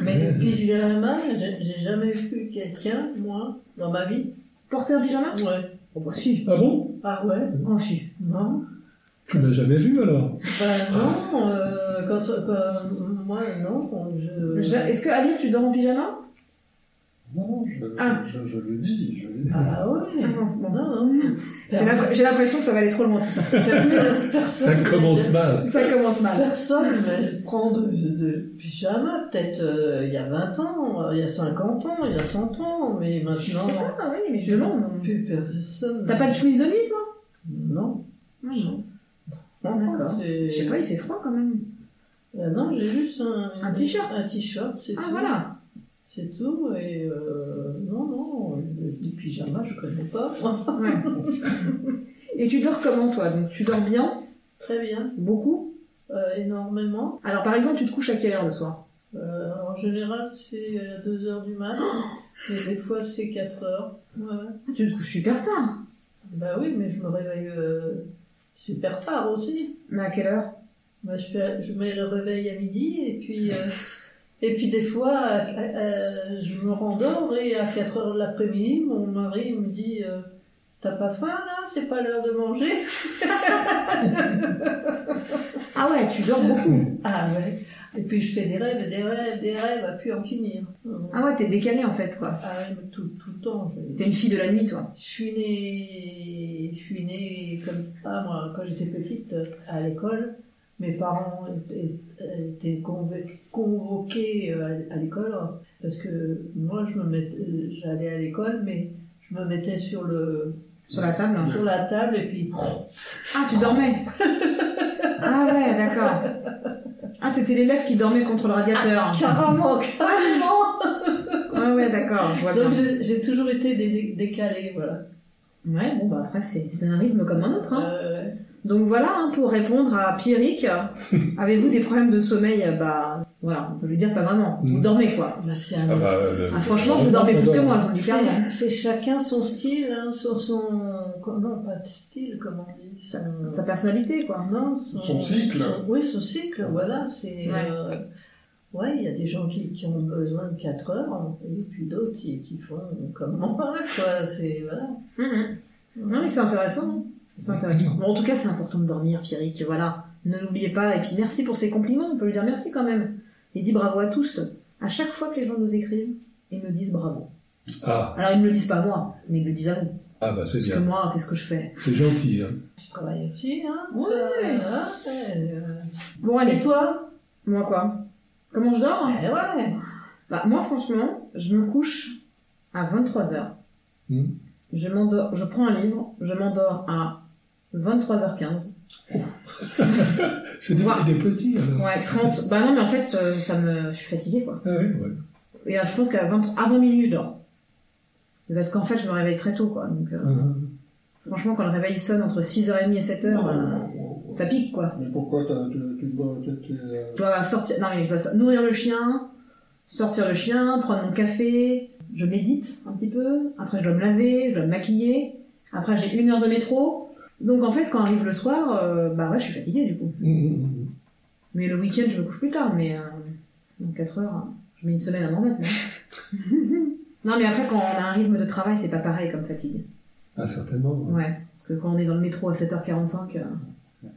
C: mais de pyjama, j'ai j'ai jamais vu quelqu'un, moi, dans ma vie. Ah,
B: Porter un pyjama
C: Ouais.
B: Oh, bah, si.
F: Ah bon
C: Ah ouais
B: Oh, si.
C: Non
F: Tu l'as jamais vu alors
C: Ben non, euh, quand, quand- Moi, non, quand je.
B: Ja- Est-ce que, Ali, tu dors en pyjama
E: Non, non, je,
B: Ah.
E: je, je, je l'ai dit, je l'ai dit.
C: Ah ouais
B: Ah, bon.
C: Non, non.
B: J'ai l'imp- J'ai l'impression que ça va aller trop loin, tout ça.
F: Ça commence mal.
B: *laughs* Ça commence mal.
C: Personne ne prend de, de pyjama, peut-être euh, il y a 20 ans, euh, il y a 50 ans, il y a 100 ans, mais
B: Je
C: maintenant,
B: sais pas, hein, oui, mais je demande.
C: plus personne.
B: T'as pas de chemise de nuit, toi
C: Non.
B: Non, Ah, D'accord.
C: D'accord.
B: Je sais pas, il fait froid quand même.
C: Euh, non, j'ai juste un,
B: Un t-shirt.
C: Un t-shirt, c'est
B: Ah,
C: tout.
B: voilà.
C: C'est tout, et euh, non, non, euh, des pyjamas, je connais pas. *laughs*
B: Ouais. *laughs* Et tu dors comment, toi Donc, tu dors bien
C: Très bien,
B: Beaucoup
C: euh, énormément.
B: Alors, par exemple, tu te couches à quelle heure le soir
C: Euh, en général, c'est à 2h du
B: *gasps*
C: mat, mais des fois, c'est 4h. Ouais.
B: Ah, Tu te couches super tard.
C: Bah oui, mais je me réveille euh, super tard aussi.
B: Mais à quelle heure
C: Moi, je, fais- je mets le réveil à midi et puis, euh, et puis des fois, à- à- à- je me rendors et à 4 heures de l'après-midi, mon mari me dit euh, T'as pas faim là C'est pas l'heure de manger
B: Ah ouais, tu dors beaucoup.
C: Ah ouais. Et puis je fais des rêves, des rêves, des rêves, à plus en finir.
B: Ah ouais, t'es décalé en fait, quoi.
C: Ah ouais, mais tout, tout le temps. Je,
B: T'es une fille de la nuit, toi.
C: je suis née, je suis née comme ça, moi, quand j'étais petite, euh, à l'école. Mes parents étaient, étaient convo- convoqués euh, à l'école hein, parce que moi, je me mettais- euh, j'allais à l'école, mais je me mettais sur le
B: Sur la table. hein.
C: sur la table et puis *laughs*
B: Ah, tu *laughs* dormais. Ah ouais, d'accord. Ah, t'étais l'élève qui dormait contre le radiateur.
C: carrément, carrément.
B: Ouais, ouais, d'accord, je vois bien.
C: Donc j'ai j'ai toujours été dé- dé- décalée, voilà.
B: Ouais, bon, bah après, c'est c'est un rythme comme un autre. Hein.
C: Euh,
B: Donc voilà, hein, pour répondre à
D: *laughs*
B: Pierrick, euh, avez-vous des problèmes de sommeil euh, Bah voilà, on peut lui dire pas vraiment. Vous
F: Mm.
B: dormez quoi.
C: bah, c'est
D: Ah
C: un
D: bah, euh,
B: Ah, franchement, vous dormez plus que moi, je vous le dis clairement.
C: C'est- C'est chacun son style, hein, sur son. Non, pas de style, comment on dit. Son...
B: Sa personnalité quoi.
C: non, son...
E: Son cycle.
C: son- Oui, son cycle, voilà. C'est.
B: Ouais.
C: euh, Ouais, il y a des gens qui, qui ont besoin de 4 heures, hein, et puis d'autres qui, qui font comme moi, quoi. C'est. Voilà.
B: Mhm. Non mais c'est intéressant. hein. C'est intéressant. Bon, en tout cas, c'est important de dormir, Pierrick. Voilà, ne l'oubliez pas. Et puis merci pour ses compliments. On peut lui dire merci quand même. Et dit bravo à tous. À chaque fois que les gens nous écrivent, ils me disent bravo.
D: Ah,
B: Alors ils me le disent pas à moi, mais ils le disent à vous.
D: ah bah c'est
B: Parce que
D: bien.
B: moi, qu'est-ce que je fais
D: C'est gentil. Hein.
C: Tu travailles aussi, hein.
B: Ouais.
C: ça, euh,
B: Bon
C: Et
B: allez,
C: toi
B: moi quoi Comment je dors hein
C: Eh ouais.
B: Bah, moi, franchement, je me couche à 23h.
D: Hmm.
B: Je m'endors, je prends un livre, je m'endors à 23h15.
D: C'est des,
B: Voilà.
D: des petits
B: *laughs*
D: alors.
B: Ouais, 30. bah non, mais en fait, euh, ça me, je suis fatiguée, quoi.
D: Ah oui, ouais.
B: Et euh, je pense qu'à 20, avant minuit, je dors. Parce qu'en fait, je me réveille très tôt, quoi. Donc, euh,
D: Ah,
B: franchement, quand le réveil sonne entre 6h30 et 7h,
C: Oh.
B: euh, ça pique, quoi.
E: Mais pourquoi t'as- tu, tu dois. tu- tu, euh,
B: Je dois sortir, non, mais je dois so- nourrir le chien, sortir le chien, prendre mon café, je médite un petit peu, après je dois me laver, je dois me maquiller, après j'ai une heure de métro. Donc en fait, quand arrive le soir, euh, bah ouais, je suis fatiguée du coup.
D: mm, mm, mm.
B: Mais le week-end, je me couche plus tard, mais euh, donc 4 heures, hein. je mets une semaine à m'en remettre. non *laughs* Non, mais après, quand on a un rythme de travail, c'est pas pareil comme fatigue.
D: Ah, certainement. ouais.
B: Ouais, parce que quand on est dans le métro à 7h45, euh,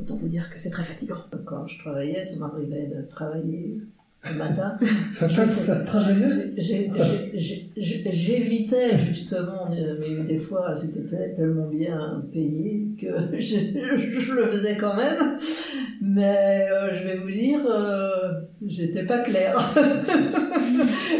B: autant vous dire que c'est très fatigant.
C: Quand je travaillais, ça m'arrivait de travailler le matin.
D: Ça, t'a- ça te travaillait
C: J'ai- j'ai- j'ai- j'ai- J'évitais justement, euh, mais des fois c'était tel- tellement bien payé que *laughs* je, je le faisais quand même. Mais euh, je vais vous dire, euh, j'étais pas claire. *laughs*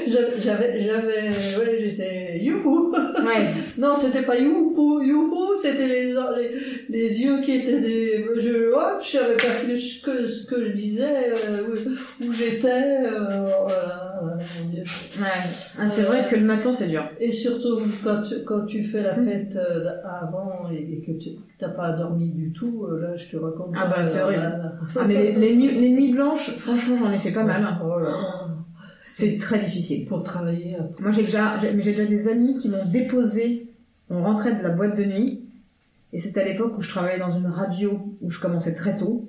C: J'a- j'avais, j'avais, ouais, j'étais youhou.
B: Ouais,
C: Non, c'était pas youhou, youhou, c'était les, les, les yeux qui étaient des. Je, hop, je savais pas ce que je, que- ce que je disais, euh, où, où j'étais. euh, voilà, mon Dieu.
B: Ouais. Ah, c'est vrai que le matin, c'est dur.
C: Et surtout quand tu, quand tu fais
B: Mm.
C: la fête euh, avant et, et que tu t'as pas dormi du tout, euh, là je te raconte.
B: Ah bah,
C: pas,
B: c'est
C: euh,
B: horrible.
C: là, là.
B: Ah, mais les, les nuits, les nuits blanches, franchement, j'en ai fait pas mal.
C: Oh là là.
B: C'est très difficile.
C: Pour travailler. euh, après.
B: Moi, j'ai déjà, j'ai mais j'ai déjà des amis qui m'ont déposé. On rentrait de la boîte de nuit. Et c'était à l'époque où je travaillais dans une radio où je commençais très tôt,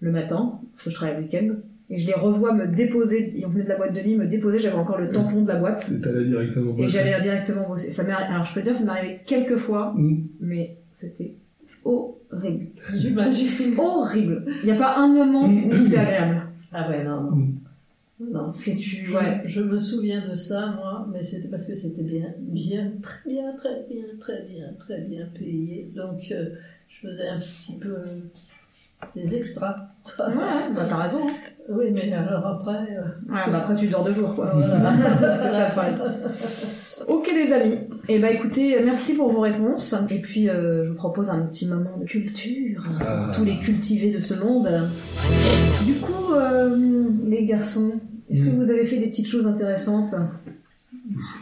B: le matin, parce que je travaillais le week-end. Et je les revois me déposer. Ils venait de la boîte de nuit, me déposer. J'avais encore le tampon de la boîte.
D: C'est allé directement
B: Et
D: bosser.
B: j'allais directement bosser. Ça m'est arri- Alors, je peux te dire, ça m'est arrivé quelques fois,
D: Mm.
B: mais c'était horrible.
C: J'imagine.
B: Horrible. Il n'y a pas un moment
D: *coughs*
B: où c'est agréable.
C: Ah ouais, non.
D: Mm.
C: Non.
B: C'est tu,
C: Je-
B: ouais.
C: Je me souviens de ça, moi, mais c'était parce que c'était bien, bien, très bien, très bien, très bien, très bien payé. Donc, euh, je faisais un petit peu des extras.
B: Ouais, ouais, bah, t'as raison. hein.
C: Oui, mais alors après, euh,
B: Ouais, bah, après, tu dors deux jours, quoi.
D: Mm.
C: voilà.
B: *laughs* C'est ça, le problème. Ok les amis, et bah écoutez, merci pour vos réponses, et puis euh, je vous propose un petit moment de culture, pour
D: Ah.
B: tous les cultivés de ce monde. Du coup, euh, les garçons, est-ce que
D: Mm.
B: vous avez fait des petites choses intéressantes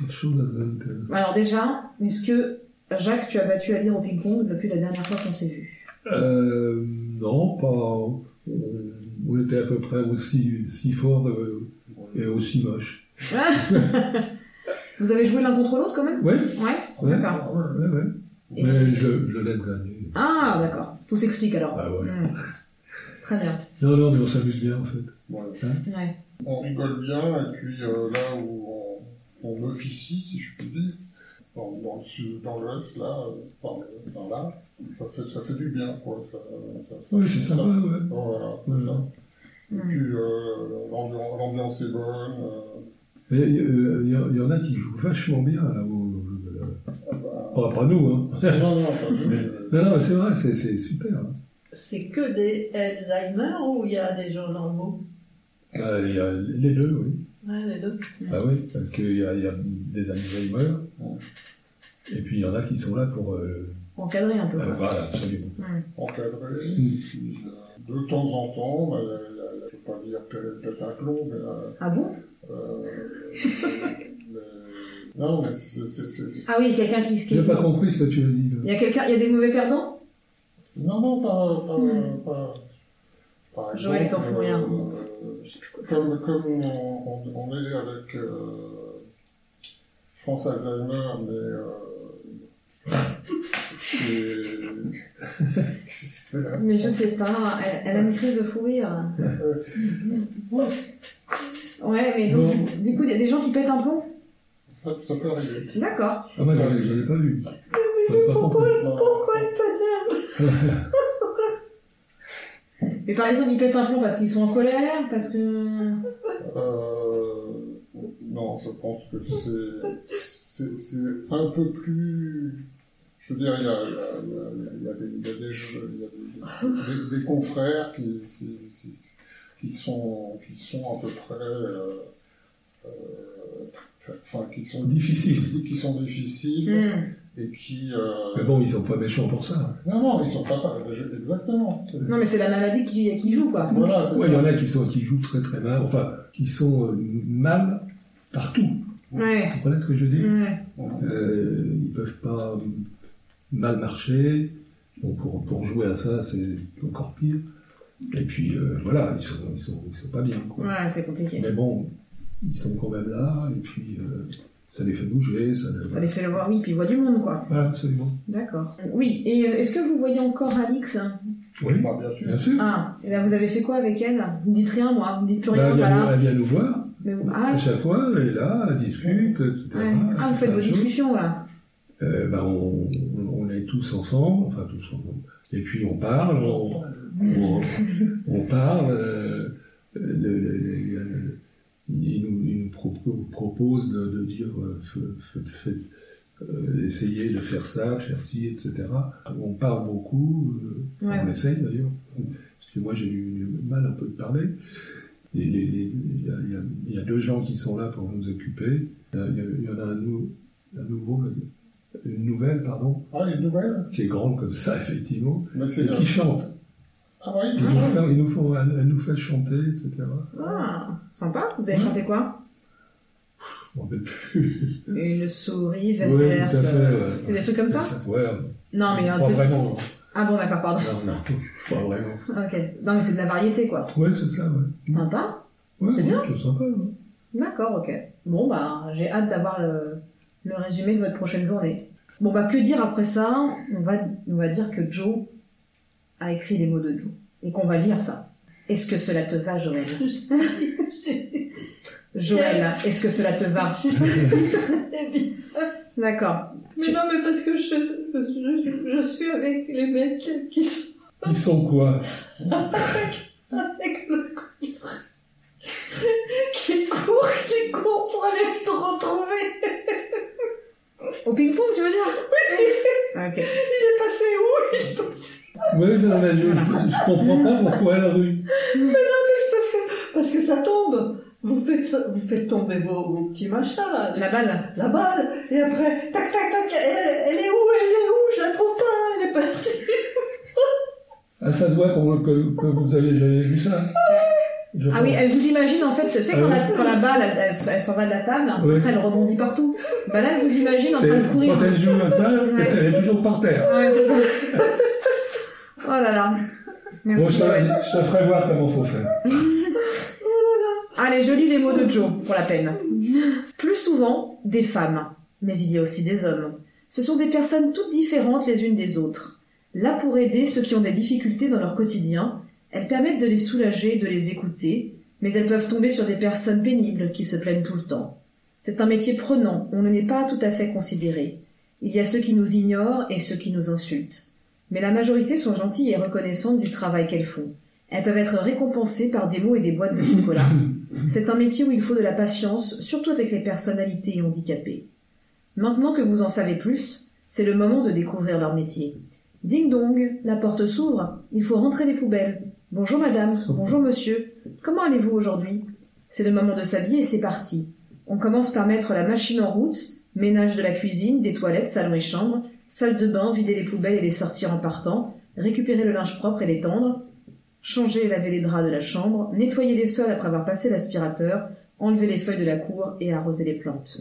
D: Une chose intéressante.
B: Alors déjà, est-ce que Jacques, tu as battu à lire au ping-pong depuis la dernière fois qu'on s'est vu
D: Euh, non, pas. euh, on était à peu près aussi, si fort euh, et aussi moche.
B: Vous avez joué l'un contre l'autre quand même
D: Ouais,
B: Ouais,
D: ouais,
B: d'accord.
D: ouais, ouais.
B: Et-
D: Mais je, le- je le laisse gagner.
B: Ah d'accord, tout s'explique alors.
D: Ah ouais.
B: Mm. Très bien.
D: Non, non, mais on s'amuse bien en fait.
E: Voilà.
B: Ouais.
E: on rigole bien, et puis euh, là où on, on officie, si je puis dire, dans, dans le sud, dans l'ouest, là, euh, par le- dans là, ça fait, ça fait du bien, quoi. Ça, ça, ça-
D: Oui, c'est sympa,
E: ça-
D: ouais.
E: Voilà,
D: Ouais.
E: voilà. Et
B: Mm.
E: puis euh, l'ambiance l'ambiance est bonne. euh,
D: *laughs* Mais euh, il y, a- il y en a qui jouent vachement bien là. au- au- au-
E: ah bah,
D: Pas, pas nous, hein.
E: non, non, pas du tout, euh,
D: Non, non, mais c'est vrai, c'est c'est super. hein.
C: C'est que des Alzheimer ou il y a des gens normaux
D: Euh, Il y a les deux, oui.
C: Ouais, les deux.
D: Ah oui, parce qu'il y, a- il y a des Alzheimer, et puis il y en a qui sont là pour... euh,
B: Encadrer un peu.
D: euh,
B: quoi.
D: voilà, absolument.
E: encadrée.
D: Mm.
E: Puis, euh, de temps en temps, bah, la- la- la- je ne veux pas dire peut- peut-être un clon, mais. euh,
B: Ah bon
D: *laughs*
E: euh, mais- non, mais c'est. c'est- c'est-
B: Ah oui, quelqu'un qui
D: Tu
B: qui-
D: n'as pas compris ce que tu as dit. là.
B: Il y a quelqu'un, il y a des mauvais perdants
E: Non, non, pas. pas, pas, par
B: Joël est en fou rien.
E: euh, comme comme on, on- on est avec euh, France Alzheimer, mais euh, chez. *laughs* c'est-
B: Mais je sais pas, elle, elle a une crise de fou rire.
E: euh,
B: Ouais, mais donc,
D: Non.
B: du- du coup, il y a des gens qui pètent un plomb
E: ça, ça peut arriver.
B: D'accord.
D: Ah moi, je ne l'ai pas vu. J'avais pas compris.
E: Pourquoi
D: *laughs*
B: Mais par exemple, ils pètent un plomb parce qu'ils sont en colère, parce que...
E: Euh, non, je pense que c'est- c'est c'est un peu plus. Je veux dire, il y a, il y a- il y a- il y a des, il y a des jeux- il y a des- des- des confrères qui, qui, qui- qui sont, qui sont à peu près. euh, euh, enfin, qui sont
D: Difficiles.
E: Qui sont difficiles
B: Hmm.
E: et qui. euh,
D: Mais bon, ils sont pas méchants pour ça.
E: Non, non, ils sont pas. pas- Exactement.
B: Non, mais c'est la maladie qui, qui joue, quoi.
E: Voilà, c'est
D: Ouais, il y
E: Ah, ça.
D: en a qui, sont, qui jouent très très mal, enfin, qui sont euh, mal partout.
B: Ouais.
D: Vous comprenez ce que je veux dire
B: Ouais.
D: euh, Ils peuvent pas euh, mal marcher. Bon, pour, pour jouer à ça, c'est encore pire. Et puis, euh, voilà, ils sont, ils, sont, ils sont pas bien, quoi.
B: Ouais, c'est compliqué.
D: Mais bon, ils sont quand même là, et puis euh, ça les fait bouger, ça les...
B: Ça les fait le voir, oui, puis ils voient du monde, quoi.
D: Voilà, absolument.
B: D'accord. Oui, et euh, est-ce que vous voyez encore Alix
D: Oui,
E: Bah, bien sûr.
D: bien sûr.
B: Ah, et ben vous avez fait quoi avec elle Vous me dites rien, moi. Vous me dites plus
D: Bah,
B: rien,
D: elle, vient
B: voilà.
D: nous, elle vient nous voir,
B: Mais vous- Ah,
D: à chaque fois, elle est là, elle discute, etc.
B: ouais. Ah, vous faites vos
D: Plein de choses.
B: discussions, là.
D: Euh, bah, on, on est tous ensemble, enfin tous ensemble. Et puis on parle, on, on, on parle. euh, le- le- le- le- il nous, il nous propo- propose de, de dire, euh, f- f- faites- euh, essayez de faire ça, de faire ci, etc. On parle beaucoup, euh,
B: Ouais.
D: on essaye d'ailleurs. Parce que moi j'ai eu mal un peu de parler. Et les- les- Il y, a- il y a- Euh, il y a deux gens qui sont là pour nous occuper. Il y, a- il y en a un, nou- un nouveau,
F: une nouvelle, pardon,
E: Ah, une nouvelle
F: qui est grande comme
D: *laughs*
F: ça, effectivement,
E: Mais
F: et
E: c'est
F: qui chante.
E: Ah oui,
F: Ils nous font- ils nous font- elle, elle nous fait chanter, etc.
B: Ah, sympa. Vous avez chanté quoi
F: Je m'en rappelle plus.
B: Une souris verte.
F: Ouais, tout à fait, ouais.
B: C'est des trucs comme ça
F: Ouais,
B: Non, mais un
F: pas
B: peu-
F: vraiment.
B: Ah bon, d'accord, pardon. *laughs*
F: Non, non, pas vraiment.
B: Ok. Non, mais c'est de la variété, quoi.
F: Ouais, c'est ça, ouais.
B: Sympa.
F: Ouais,
B: C'est bien.
F: C'est sympa, ouais.
B: D'accord, ok. Bon, bah, j'ai hâte d'avoir le, le résumé de votre prochaine journée. Bon, bah, que dire après ça on va, on va dire que Joe a écrit les mots de Joe. Et qu'on va lire ça. Est-ce que cela te va,
C: *laughs*
B: Joël *laughs* Joël, est-ce que cela te va
C: Eh bien,
B: D'accord.
C: Mais
B: Tu-
C: non, mais parce que je, je, je suis avec les mecs qui sont
F: Ils sont quoi
C: avec le *laughs* qui courent, qui courent pour aller se retrouver.
B: Au ping-pong, tu veux dire Ok.
C: Il est passé où
F: Ouais, non, mais je, je comprends pas pourquoi la rue.
C: C'est parce que, parce que ça tombe. Vous faites, vous faites tomber vos, vos petits machins, là,
B: La balle.
C: la balle, et après, tac, tac, tac, elle, elle est où, elle est où, je la trouve pas, elle est partie.
F: Ah, ça se voit qu'on- que, que vous avez jamais vu ça. Je
B: Ah oui, elle vous imagine en fait, tu sais, quand,
F: Ah
B: la, quand la balle, elle, elle s- elle s'en va de la table,
F: Oui.
B: après elle rebondit partout. Bah là, elle vous imagine en
F: C'est-
B: train de courir.
F: Quand elle joue à ça, c'est-
B: Ouais.
F: elle est toujours par terre.
B: Ouais, c'est ça. *laughs* oh là là. Merci.
F: Bon, je, te-
B: Joël.
F: je te ferai voir comment faut faire.
B: Allez, je lis Ah, les mots de Joe, pour la peine. Plus souvent, des femmes, mais il y a aussi des hommes. Ce sont des personnes toutes différentes les unes des autres. Là pour aider ceux qui ont des difficultés dans leur quotidien, elles permettent de les soulager et de les écouter, mais elles peuvent tomber sur des personnes pénibles qui se plaignent tout le temps. C'est un métier prenant, on ne n'est pas tout à fait considéré. Il y a ceux qui nous ignorent et ceux qui nous insultent. Mais la majorité sont gentilles et reconnaissantes du travail qu'elles font. Elles peuvent être récompensées par des mots et des boîtes de chocolat. C'est un métier où il faut de la patience, surtout avec les personnalités handicapées. Maintenant que vous en savez plus, c'est le moment de découvrir leur métier. Ding dong, la porte s'ouvre, il faut rentrer les poubelles. Bonjour madame, bonjour monsieur, comment allez-vous aujourd'hui C'est le moment de s'habiller et c'est parti. On commence par mettre la machine en route, ménage de la cuisine, des toilettes, salon et chambre, salle de bain, vider les poubelles et les sortir en partant, récupérer le linge propre et l'étendre, changer et laver les draps de la chambre, nettoyer les sols après avoir passé l'aspirateur, enlever les feuilles de la cour et arroser les plantes.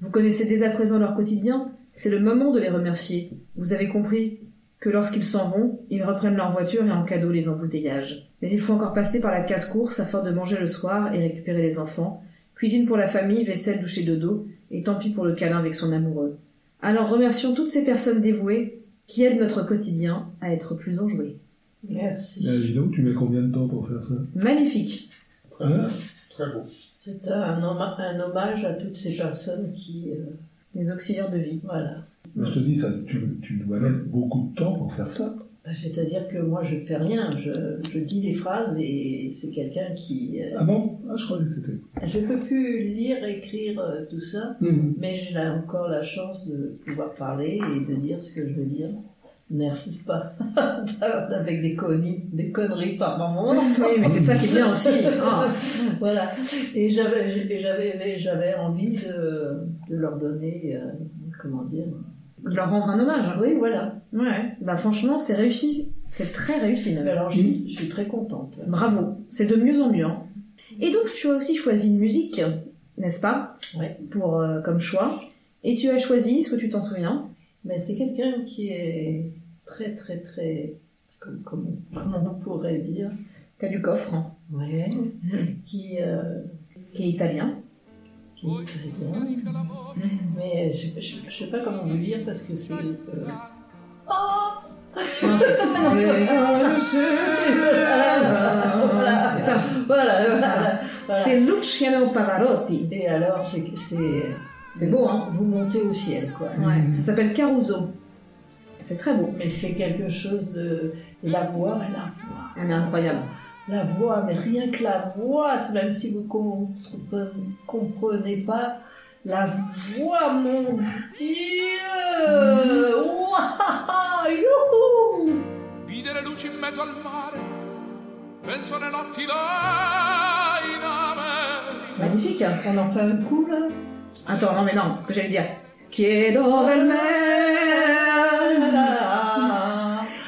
B: Vous connaissez dès à présent leur quotidien, c'est le moment de les remercier. Vous avez compris que lorsqu'ils s'en vont, ils reprennent leur voiture et en cadeau les embouteillages. Mais il faut encore passer par la case course afin de manger le soir et récupérer les enfants, cuisine pour la famille, vaisselle doucher de dos, et tant pis pour le câlin avec son amoureux. Alors remercions toutes ces personnes dévouées qui aident notre quotidien à être plus enjoué.
C: Merci.
F: Ah, dis donc, tu mets combien de temps pour faire ça
B: Magnifique
D: Ah,
E: très
F: Ah,
E: bien, très beau.
C: C'est un, homma- un hommage à toutes ces personnes qui, euh,
B: Les auxiliaires de vie.
C: voilà.
F: Mais Je te dis, ça, tu, tu dois mettre beaucoup de temps pour faire ça.
C: Bah, C'est-à-dire que moi, je fais rien. Je, je dis des phrases et c'est quelqu'un qui. euh,
F: Ah bon Ah, je croyais que c'était.
C: Je peux plus lire, écrire euh, tout ça,
F: Mhm.
C: mais j'ai là encore la chance de pouvoir parler et de dire ce que je veux dire. Merci pas *laughs* avec des conneries, des conneries par moment.
B: Oui, mais c'est ça qui est bien
C: *laughs*
B: aussi. Ah.
C: Voilà. Et j'avais, j'ai- j'avais, mais j'avais envie de, de leur donner, euh, comment dire.
B: De leur rendre un hommage. hein.
C: Oui, voilà.
B: Ouais. Bah franchement, c'est réussi. C'est très réussi
C: Mais
B: même.
C: Alors, je, suis- je suis très contente.
B: Bravo. C'est de mieux en mieux. hein. Et donc, tu as aussi choisi une musique, n'est-ce pas
C: Ouais.
B: Pour euh, comme choix. Et tu as choisi, est-ce que tu t'en souviens
C: Mais c'est quelqu'un qui est très, très, très. Comme, comme- comment on pourrait dire
B: T'as du coffre, hein,
C: Ouais. Qui. euh,
B: qui est
C: *laughs*
B: italien.
C: qui est très bien. Mais je, je, je sais pas comment vous dire parce que c'est. euh,
B: Non, c'est-
C: Voilà.
B: Ça,
C: Voilà, voilà. voilà.
B: C'est Luciano Pavarotti.
C: Et alors, c'est. C'est
B: C'est beau, hein
C: Vous montez au ciel, quoi.
B: Ouais. Ça s'appelle Caruso. C'est très beau.
C: Mais c'est quelque chose de. La voix, la voix.
B: Elle est incroyable.
C: La voix, mais rien que la voix, même si vous ne comprenez pas, la voix, mon
B: Mm.
C: Dieu Ouah, Ah, youhou
G: vide le luci in mezzo al mare, penso alle notti là in America.
B: Magnifique. hein,
C: On en fait un coup, là
B: Attends, non mais non, ce que j'allais dire. Chiedo per me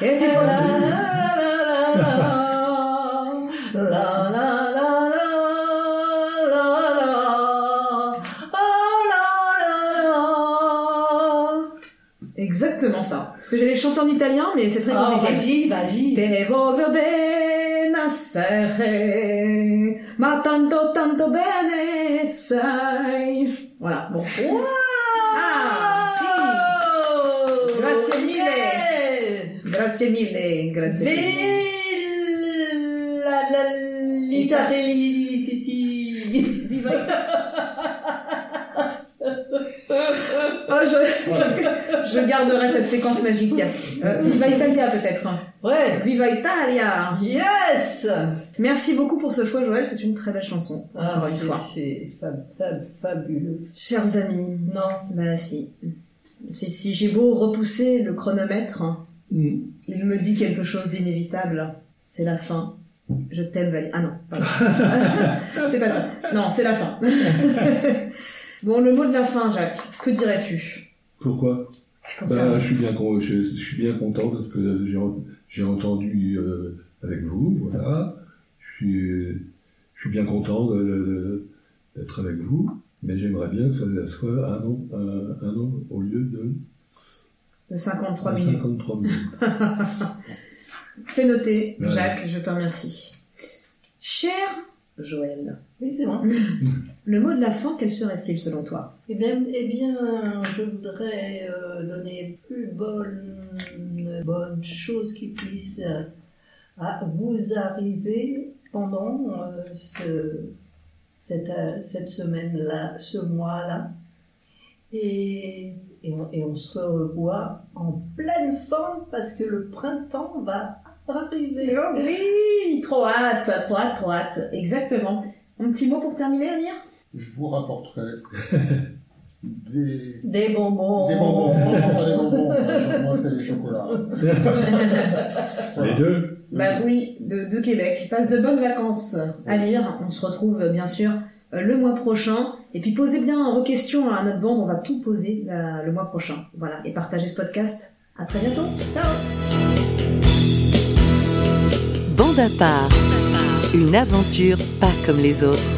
B: e ti fa la la la la la la Exactement ça. Parce que j'allais chanter en italien, mais *laughs* c'est très
C: Oh,
B: compliqué.
C: vas-y, vas-y.
B: Te voglio bene assai, ma tanto tanto bene sai. Voilà, bon.
C: Ah,
B: si. Grazie mille. Grazie mille, grazie mille.
C: Bella la- l'Italie.
B: Viva Oh, je, je garderai cette séquence magique. Euh, Viva Italia peut-être.
C: Ouais.
B: Viva Italia
C: Yes.
B: Merci beaucoup pour ce choix Joël, c'est une très belle chanson.
C: Ah,
B: Encore une fois.
C: c'est c'est fab, fab, fabuleux.
B: bah, Chers amis,
C: Non.
B: Bah si. Si, si j'ai beau repousser le chronomètre,
F: Mm.
B: il me dit quelque chose d'inévitable. C'est la fin. Je t'aime, Valérie. Ah non, *laughs* pardon. c'est pas ça. Non, c'est la *laughs* fin. bon, le mot de la fin, Jacques. Que dirais-tu
F: Pourquoi bah, je, suis bien con- je, je suis bien content parce que j'ai en- j'ai entendu euh, avec vous, voilà. Je suis, je suis bien content de- de- d'être avec vous, mais j'aimerais bien que ça soit un an, un, un an au lieu de
B: De 53
D: bah,
B: minutes.
F: 53 minutes.
B: C'est noté,
F: Ouais.
B: Jacques. Je te remercie. Cher Joël,
C: Oui, c'est bon.
B: le mot de la fin, quel serait-il selon toi
C: Eh bien, eh bien, je voudrais euh, donner plus bonne, bonne chose qui puisse euh, à vous arriver pendant euh, ce- cette, euh, cette semaine-là, ce mois-là. Et, et on, et on se revoit en pleine forme parce que le printemps va arriver.
B: Oh, Oui, trop hâte, trop hâte, trop hâte. Exactement. Un petit mot pour terminer, Amir
E: Je vous rapporterai des,
C: Des bonbons.
E: des bonbons. Non, pas des bonbons. Moi, c'est les chocolats.
F: *laughs* Les deux
B: Bah oui, de, de Québec. Passe de bonnes vacances à lire. On se retrouve euh, bien sûr euh, le mois prochain. Et puis posez bien vos questions à notre bande. On va tout poser euh, le mois prochain. Voilà. Et partagez ce podcast. À très bientôt. Ciao.
A: Bande à part, une aventure pas comme les autres.